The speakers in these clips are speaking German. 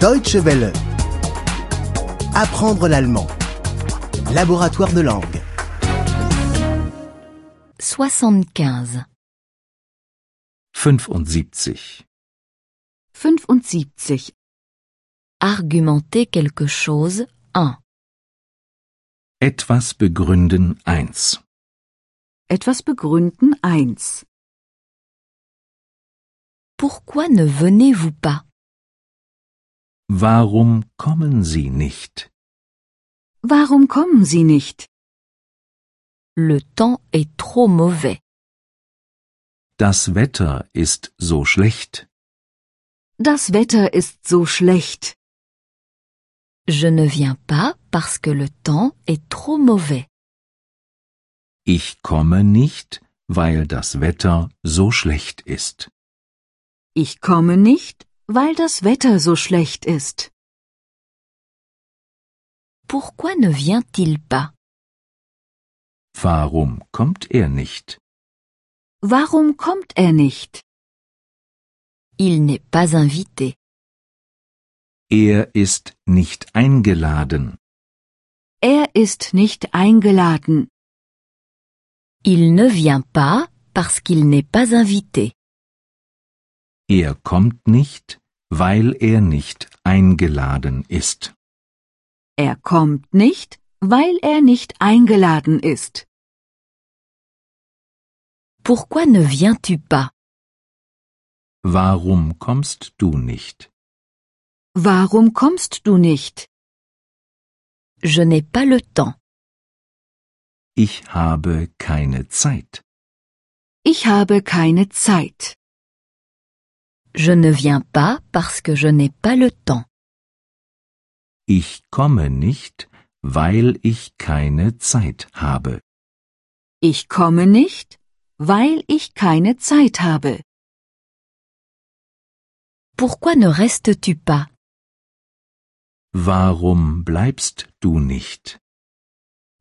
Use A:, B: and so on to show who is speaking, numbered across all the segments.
A: Deutsche Welle. Apprendre l'allemand. Laboratoire de langue.
B: 75.
C: 75.
D: 75.
B: Argumenter quelque chose 1.
C: Etwas begründen 1.
D: Etwas begründen 1.
B: Pourquoi ne venez-vous pas
C: Warum kommen Sie nicht?
D: Warum kommen Sie nicht?
B: Le temps est trop mauvais.
C: Das Wetter ist so schlecht.
D: Das Wetter ist so schlecht.
B: Je ne viens pas parce que le temps est trop mauvais.
C: Ich komme nicht, weil das Wetter so schlecht ist.
D: Ich komme nicht, weil das Wetter so schlecht ist.
B: Pourquoi ne vient-il pas
C: Warum kommt er nicht?
D: Warum kommt er nicht?
B: Il n'est pas invité.
C: Er ist nicht eingeladen.
D: Er ist nicht eingeladen.
B: Il ne vient pas parce qu'il n'est pas invité.
C: Er kommt nicht, weil er nicht eingeladen ist.
D: Er kommt nicht, weil er nicht eingeladen ist.
B: Pourquoi ne viens-tu pas
C: Warum kommst du nicht?
D: Warum kommst du nicht?
B: Je n'ai pas le temps.
C: Ich habe keine Zeit.
D: Ich habe keine Zeit.
B: Je ne viens pas parce que je n'ai pas le temps.
C: Ich komme nicht, weil ich keine Zeit habe.
D: Ich komme nicht, weil ich keine Zeit habe.
B: Pourquoi ne restes-tu pas
C: Warum bleibst du nicht?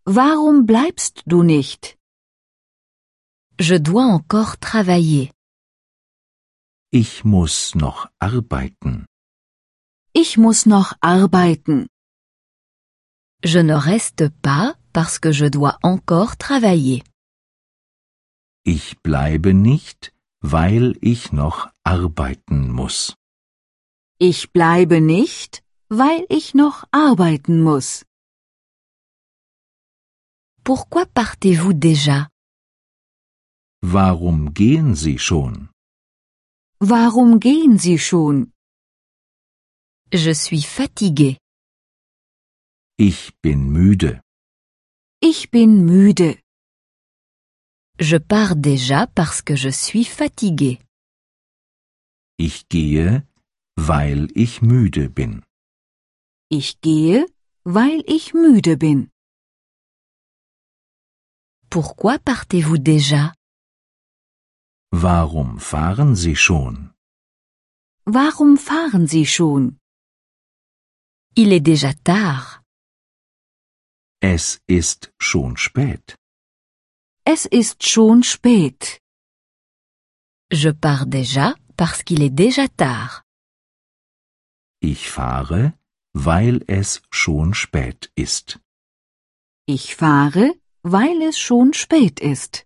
D: Warum bleibst du nicht?
B: Je dois encore travailler.
C: Ich muss noch arbeiten.
D: Ich muss noch arbeiten.
B: Je ne reste pas parce que je dois encore travailler.
C: Ich bleibe nicht, weil ich noch arbeiten muss.
D: Ich bleibe nicht, weil ich noch arbeiten muss.
B: Pourquoi partez-vous déjà
C: Warum gehen Sie schon?
D: Warum gehen Sie schon?
B: Je suis fatigué.
C: Ich bin müde.
D: Ich bin müde.
B: Je pars déjà parce que je suis fatigué.
C: Ich gehe, weil ich müde bin.
D: Ich gehe, weil ich müde bin.
B: Pourquoi partez-vous déjà
C: Warum fahren Sie schon?
D: Warum fahren Sie schon?
B: Il est déjà tard.
C: Es ist schon spät.
D: Es ist schon spät.
B: Je pars déjà parce qu'il est déjà tard.
C: Ich fahre, weil es schon spät ist.
D: Ich fahre, weil es schon spät ist.